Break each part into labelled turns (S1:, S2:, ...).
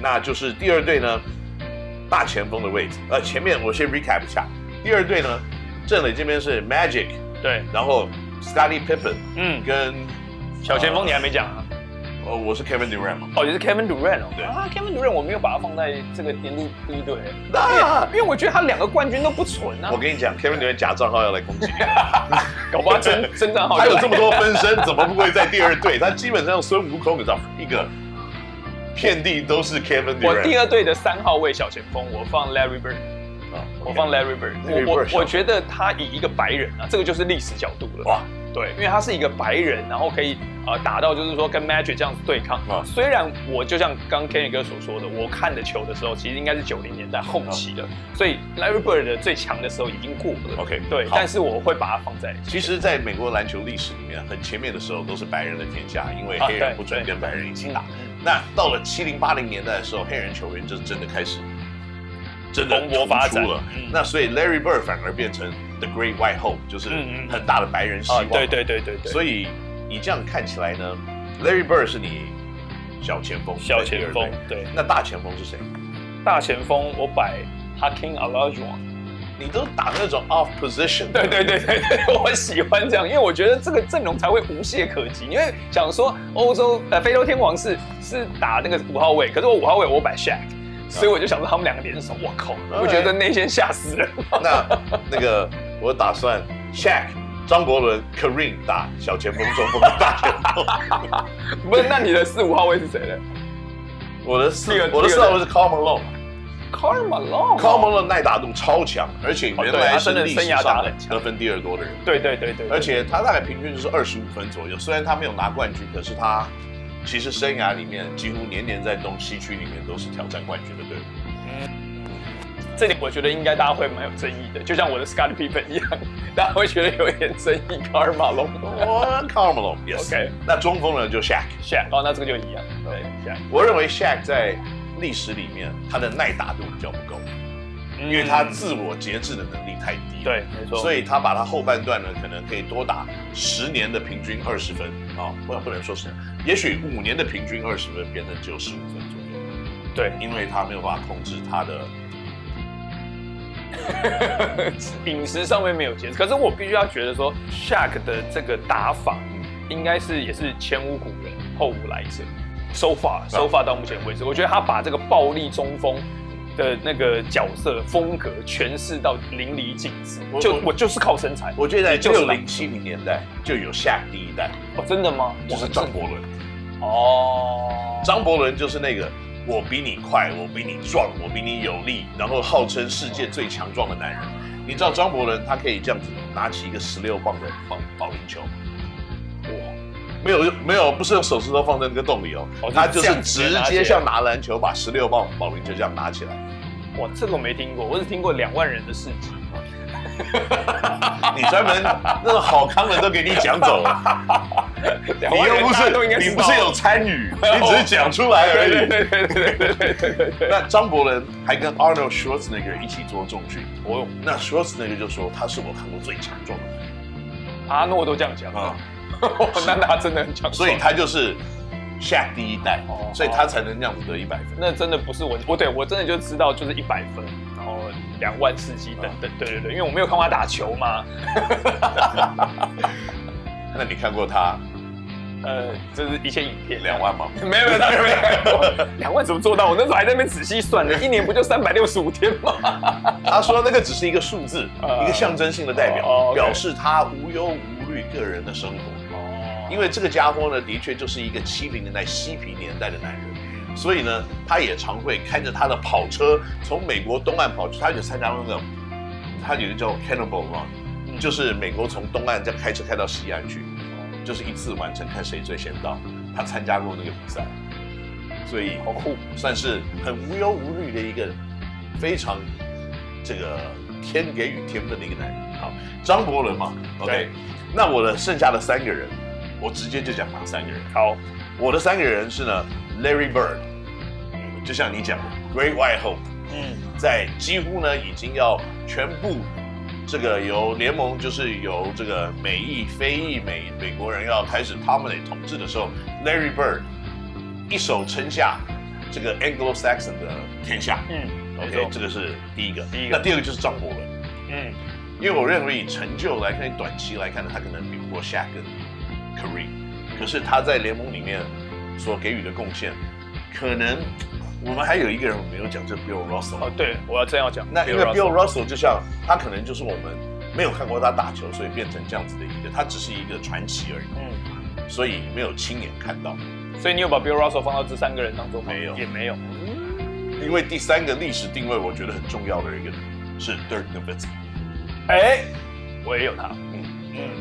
S1: 那就是第二队呢大前锋的位置。呃，前面我先 recap 一下，第二队呢，郑磊这边是 Magic，
S2: 对，
S1: 然后 Scotty Pippen
S2: 嗯，
S1: 跟
S2: 小前锋你还没讲啊？
S1: 呃，我是 Kevin Durant 嘛。
S2: 哦，就是 Kevin Durant 哦，
S1: 对
S2: 啊，Kevin Durant 我没有把他放在这个年度第一队，
S1: 那
S2: 因为我觉得他两个冠军都不纯啊
S1: 我，跟你讲，Kevin Durant 假账号要来攻击你。
S2: 搞不 好 真真账号
S1: 还
S2: 就
S1: 有
S2: 来
S1: 这么多分身， 怎么不会在第二队？他基本上孙悟空，你知道一个遍地都是 Kevin
S2: 我第
S1: Durant。
S2: 二队的三号位小前锋，我放 Larry Bird，
S1: 啊
S2: 我放 Larry Bird，
S1: Larry
S2: 我
S1: Bird
S2: 我
S1: 小
S2: 我觉得他以一个白人啊，这个就是历史角度了。
S1: 哇，
S2: 对，因为他是一个白人，然后可以呃打到就是说跟 Magic 这样子对抗。
S1: 啊
S2: 虽然我就像刚 Kenny 哥所说的，我看的球的时候，其实应该是九零年代后期
S1: 哦
S2: 的，所以 Larry Bird 的最强的时候已经过了。
S1: OK，
S2: 对，
S1: 好
S2: 但是我会把它放在
S1: 其实，在美国篮球历史里面，很前面的时候都是白人的天下，因为
S2: 啊
S1: 黑人
S2: 对
S1: 不准
S2: 对
S1: 跟白人一起
S2: 嗯
S1: 打。那到了七零八零年代的时候，黑人球员就真的开始真的
S2: 蓬勃发展
S1: 突出了。
S2: 嗯
S1: 那所以 Larry Bird 反而变成 The Great White Hope，就是
S2: 嗯嗯
S1: 很大的白人希
S2: 啊
S1: 望。，
S2: 对对对对对，
S1: 所以你这样看起来呢，Larry Bird 是你小前锋，
S2: 小前锋
S1: 对
S2: 对
S1: 那大前锋是谁？
S2: 大前锋我摆 Hakim Olajuwon。
S1: 你都打那种 off position，
S2: 对对对对对，我喜欢这样，因为我觉得这个阵容才会无懈可击。因为想说欧洲呃非洲天王是是打那个五号位，可是我五号位我摆 Shaq，所以
S1: 啊
S2: 我就想说他们两个联手，我靠，我觉得内线吓死 人。
S1: 那那个我打算 Shaq、张伯伦、Kareem 打小前锋、中锋、大前 锋。
S2: 不是，那你的四五号位是谁呢
S1: 我的四
S2: 这个
S1: 我的
S2: 这
S1: 四
S2: 个哦
S1: 号是 Karl Malone，Karl
S2: c a r m a l o n
S1: Malone 耐打度超强，而且原
S2: 哦对
S1: 来
S2: 他
S1: 是
S2: 真的
S1: 历
S2: 生
S1: 史
S2: 涯打
S1: 上
S2: 得
S1: 的
S2: 很强
S1: 得分第二多的人，
S2: 对对对对，对
S1: 而且他大概平均就是二十五分左右。虽然他没有拿冠军，可是他其实生涯里面几乎年年在东西区里面都是挑战冠军的队伍。
S2: 这点我觉得应该大家会蛮有争议的，就像我的 Scottie Pippen 一样， 大家会觉得有一点争议。卡尔马龙
S1: 我 Karl Malone，yes。
S2: 哦 OK
S1: 那中锋呢就 Shaq。
S2: ，Shaq，哦，那这个就一样，对，Shaq，
S1: 我认为 Shaq 在历史里面他的耐打度比较不够，
S2: 因
S1: 因为他自我节制的能力太低。。
S2: 嗯对，没错，
S1: 所以他把他后半段呢，可能可以多打十年的平均二十分啊、不不能说十年，也许五年的平均二十分变成只有十五分左右，
S2: 对，
S1: 因为他没有办法控制他的。
S2: 饮食上面没有节制，可是我必须要觉得说，Shaq 的这个打法应该是也是前无古人后无来者，so far so far 到目前为止，我觉得他把这个暴力中锋的那个角色风格诠释到淋漓尽致
S1: 我。
S2: 就
S1: 我
S2: 我就是靠身材，
S1: 我觉得在
S2: 就是
S1: 六零七零年代就有 Shaq 第一代，
S2: 哦，真的吗？
S1: 就是张伯伦。
S2: 哦，
S1: 张伯伦就是那个我比你快，我比你壮，我比你有力，然后号称世界最强壮的男人。你知道张伯伦他可以这样子拿起一个十六磅的保保龄球，没有没有不是用手指头放在那个洞里哦，
S2: 哦
S1: 他就
S2: 这
S1: 是
S2: 样
S1: 直
S2: 直接拿起
S1: 接
S2: 来
S1: 像拿篮球把十六磅保龄球这样拿起来。
S2: 哇，这个我没听过，我只听过两万人的事迹。
S1: 你专门那种好康的都给你讲走 了，
S2: 两
S1: 你
S2: 万
S1: 又
S2: 人
S1: 不
S2: 大家都应该
S1: 是
S2: 知
S1: 你
S2: 道
S1: 不是有参 与，你只是讲出来而
S2: 对对
S1: 已。
S2: 对对对对对对对对，
S1: 那张伯伦还跟 Arnold Schwarzenegger 一起做重训，
S2: 我有
S1: 那 Schwarzenegger 就说他是我看过最强壮的男
S2: 阿诺都这样讲
S1: 人啊
S2: 啊，， 那他真的很强壮，
S1: 所以他就是 Shaq 第一代
S2: 哦，
S1: 所以他才能这样子得一百分。
S2: 那真的不是我，我对我真的就知道就是一百分，然后两万刺激等等，对对对，因为我没有看过他打球嘛，
S1: 那你看过他
S2: 呃，就是一些影片，
S1: 两万吗？
S2: 没有没有当然没有看过，两万怎么做到？我那时候还在那边仔细算呢，一年不就三百六十五天吗？
S1: 他说那个只是一个数字，
S2: 哦呃
S1: 一个象征性的代表，
S2: 哦，OK
S1: 表示他无忧无虑个人的生活。
S2: 哦，
S1: 因为这个家伙呢，的确就是一个七零年代嬉皮年代的男人，所以呢，他也常会开着他的跑车从美国东岸跑去，他就参加那个，他有一个叫 Cannibal Run，
S2: 嗯
S1: 就是美国从东岸再开车开到西岸去，就是一次完成看谁最先到。他参加过那个比赛，所以
S2: 好酷，
S1: 算是很无忧无虑的一个非常这个天给予天分的一个男人。好，张伯伦嘛，OK
S2: 对。
S1: 那我的剩下的三个人，我直接就讲哪三个人。
S2: 好，
S1: 我的三个人是呢，Larry Bird，就嗯像你讲的，Great White Hope，
S2: 嗯，
S1: 在几乎呢已经要全部这个由联盟就是由这个美裔、非裔美美国人要开始 dominate 统治的时候，Larry Bird 一手撑下这个 Anglo-Saxon 的天下。
S2: 嗯没
S1: OK，
S2: 错，
S1: 这个是第一个。
S2: 第一个
S1: 那第二个就是张伯伦，
S2: 嗯
S1: 因为我认为以成就来看，短期来看，他可能比不过 Shaq 跟 Kareem，可是他在联盟里面所给予的贡献，可能我们还有一个人我没有讲，就是 Bill Russell。
S2: 哦，对，我要这样讲。
S1: 那因
S2: Bill
S1: 为 Bill
S2: Russell
S1: Russell 就像他可能就是我们没有看过他打球，所以变成这样子的一个，他只是一个传奇而已，
S2: 嗯，
S1: 所以没有亲眼看到。
S2: 所以你有把 Bill Russell 放到这三个人当中吗？
S1: 没有嗯
S2: 也没有。
S1: 因为第三个历史定位，我觉得很重要的一个是 Dirk Nowitzki，
S2: 哎，我也有他，
S1: 嗯，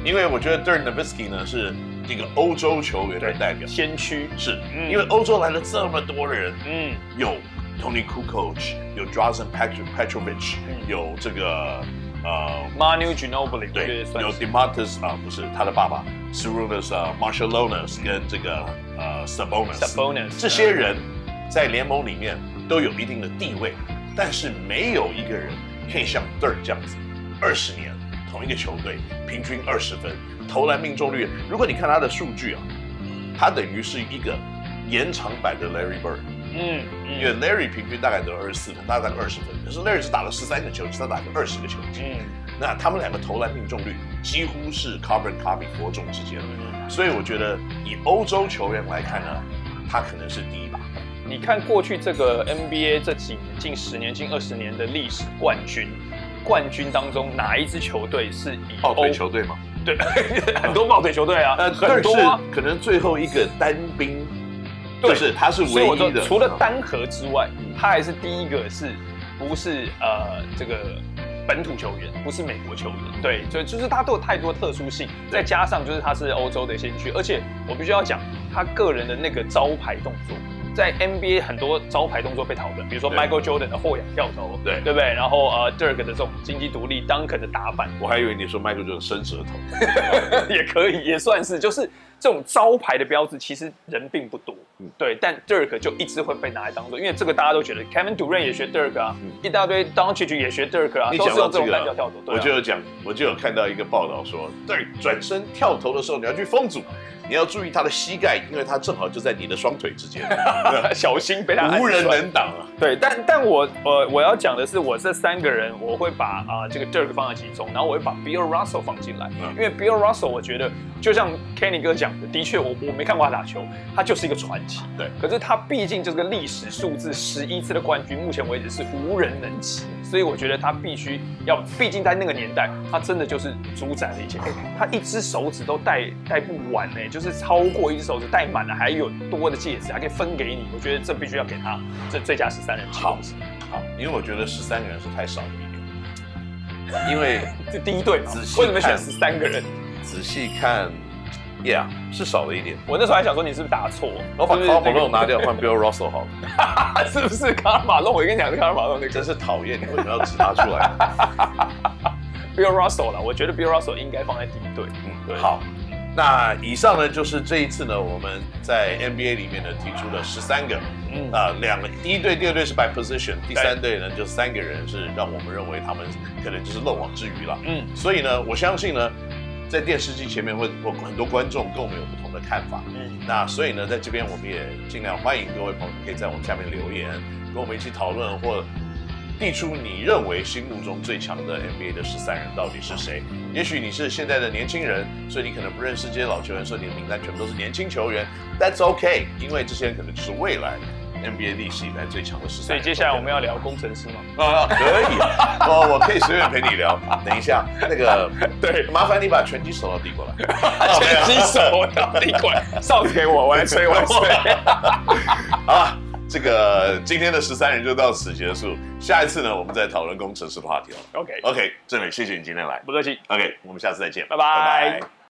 S1: 因为我觉得 Dirk Nowitzki 呢是一个欧洲球员的代表，
S2: 先驱。
S1: 是
S2: 嗯
S1: 因为欧洲来了这么多的人，
S2: 嗯，
S1: 有 Tony Kukoc，有 Drazen Petrovic，
S2: 嗯
S1: 有这个呃
S2: Manu Ginobili 我觉
S1: 对
S2: 得算，
S1: 有
S2: 是
S1: Demarcus 啊，不是他的爸爸 s u r u n a s 啊，Marshallonas 跟这个呃 Sabonis，
S2: Sabonis
S1: 这些人在联盟里面都有一定的地位，但是没有一个人可以像 Dirk 这样子，二十年同一个球队，平均二十分，投篮命中率，如果你看他的数据啊，他等于是一个延长版的 Larry Bird。
S2: 嗯
S1: 因为
S2: 嗯
S1: Larry 平均大概得二十四分，他大概二十分，可是 Larry 只打了十三个球季，他打了二十个球季。
S2: 嗯
S1: 那他们两个投篮命中率几乎是 carbon copy 伯仲之间了，所以我觉得以欧洲球员来看呢，他可能是第一把。
S2: 你看过去这个 NBA 这几年近十年、近二十年的历史冠军，冠军当中哪一支球队是以
S1: 哦，
S2: 欧
S1: 对，球队嘛，呃
S2: 对 很多抱腿球队啊，很多啊
S1: 但。是可能最后一个单兵，
S2: 对
S1: 就是他是
S2: 所以
S1: 唯
S2: 我
S1: 一
S2: 说
S1: 的，，嗯
S2: 除了单核之外，他还是第一个是不是呃这个本土球员，不是美国球员？对，所以就是他都有太多特殊性，再加上就是他是欧洲的先驱，而且我必须要讲他个人的那个招牌动作。在 NBA 很多招牌动作被讨论，比如说
S1: 对
S2: Michael Jordan 的后仰跳投，
S1: 对
S2: 对不对？然后呃，Dirk 的这种经济独立，Duncan 的打板，
S1: 我还以为你说 Michael Jordan 伸舌头，
S2: 啊 也可以，也算是，就是这种招牌的标志，其实人并不多，
S1: 嗯
S2: 对。但 Dirk 就一直会被拿来当做，因为这个大家都觉得 Kevin Durant 也学 Dirk 啊，
S1: 嗯
S2: 一大堆 Doncic 也学 Dirk 啊，
S1: 你
S2: 都
S1: 讲
S2: 是
S1: 到
S2: 用这
S1: 这
S2: 种
S1: 个
S2: 单
S1: 啊
S2: 脚跳投，对、啊。
S1: 我就有讲，我就有看到一个报道说，对，转身跳投的时候你要去封阻，你要注意他的膝盖，因为他正好就在你的双腿之 间，
S2: 小心被他暗
S1: 无人
S2: 算
S1: 能挡啊。
S2: 哎对，但但我呃我要讲的是，我这三个人我会把啊、这个 Dirk 放在其中，然后我会把 Bill Russell 放进来，
S1: 嗯
S2: 因为 Bill Russell 我觉得就像 Kenny 哥讲的，的确我我没看过他打球，他就是一个传奇。
S1: 对
S2: 可是他毕竟就是个历史数字十一次的冠军，目前为止是无人能及，所以我觉得他必须要，毕竟在那个年代，他真的就是主宰了一切。哎他一只手指都戴戴不完呢、就是超过一只手指戴满了，还有多的戒指还可以分给你，我觉得这必须要给他这最佳十三人好，
S1: 好，因为我觉得十三个人是太少了一点， 因为
S2: 这第一队嘛，
S1: 仔细
S2: 为什么选
S1: 看
S2: 十三个人？
S1: 仔细看，Yeah 是少了一点。
S2: 我那时候还想说你是不是打错，
S1: 我把
S2: 是不是
S1: Carl
S2: 那个
S1: Malone 拿掉，换 Bill Russell 好了，
S2: 是不是卡尔马龙？我跟你讲是卡尔马龙那个
S1: 真是讨厌，你为什么要指他出来？
S2: Bill Russell 啦，我觉得 Bill Russell 应该放在第一队。 对
S1: 嗯，好。那以上呢，就是这一次呢，我们在 NBA 里面呢提出了十三个，
S2: 嗯
S1: 啊、两个第一队、第二队是 by position，第三队呢就三个人是让我们认为他们可能就是漏网之鱼了。
S2: 嗯，
S1: 所以呢，我相信呢，在电视机前面会有很多观众跟我们有不同的看法。
S2: 嗯，
S1: 那所以呢，在这边我们也尽量欢迎各位朋友可以在我们下面留言，跟我们一起讨论或递出你认为心目中最强的 NBA 的十三人到底是谁。也许你是现在的年轻人，所以你可能不认识这些老球员，所以你的名单全部都是年轻球员。That's OK，因为这些人可能就是未来 NBA 历史以来最强的十
S2: 所
S1: 三
S2: 以
S1: 人。
S2: 接下来我们要聊工程师吗？
S1: 啊，可 以，哦我我可以随便陪你聊。等一下，那个
S2: 对，
S1: 麻烦你把拳击手套递过来。
S2: 拳击 手到底管 哨子给我，我来 吹，我来吹。
S1: 好了，这个今天的十三人就到此结束，下一次呢，我们再讨论工程师的话题了。哦
S2: OK，
S1: OK，郑伟，谢谢你今天来。
S2: 不客气。
S1: OK，我们下次再见，
S2: 拜拜
S1: 拜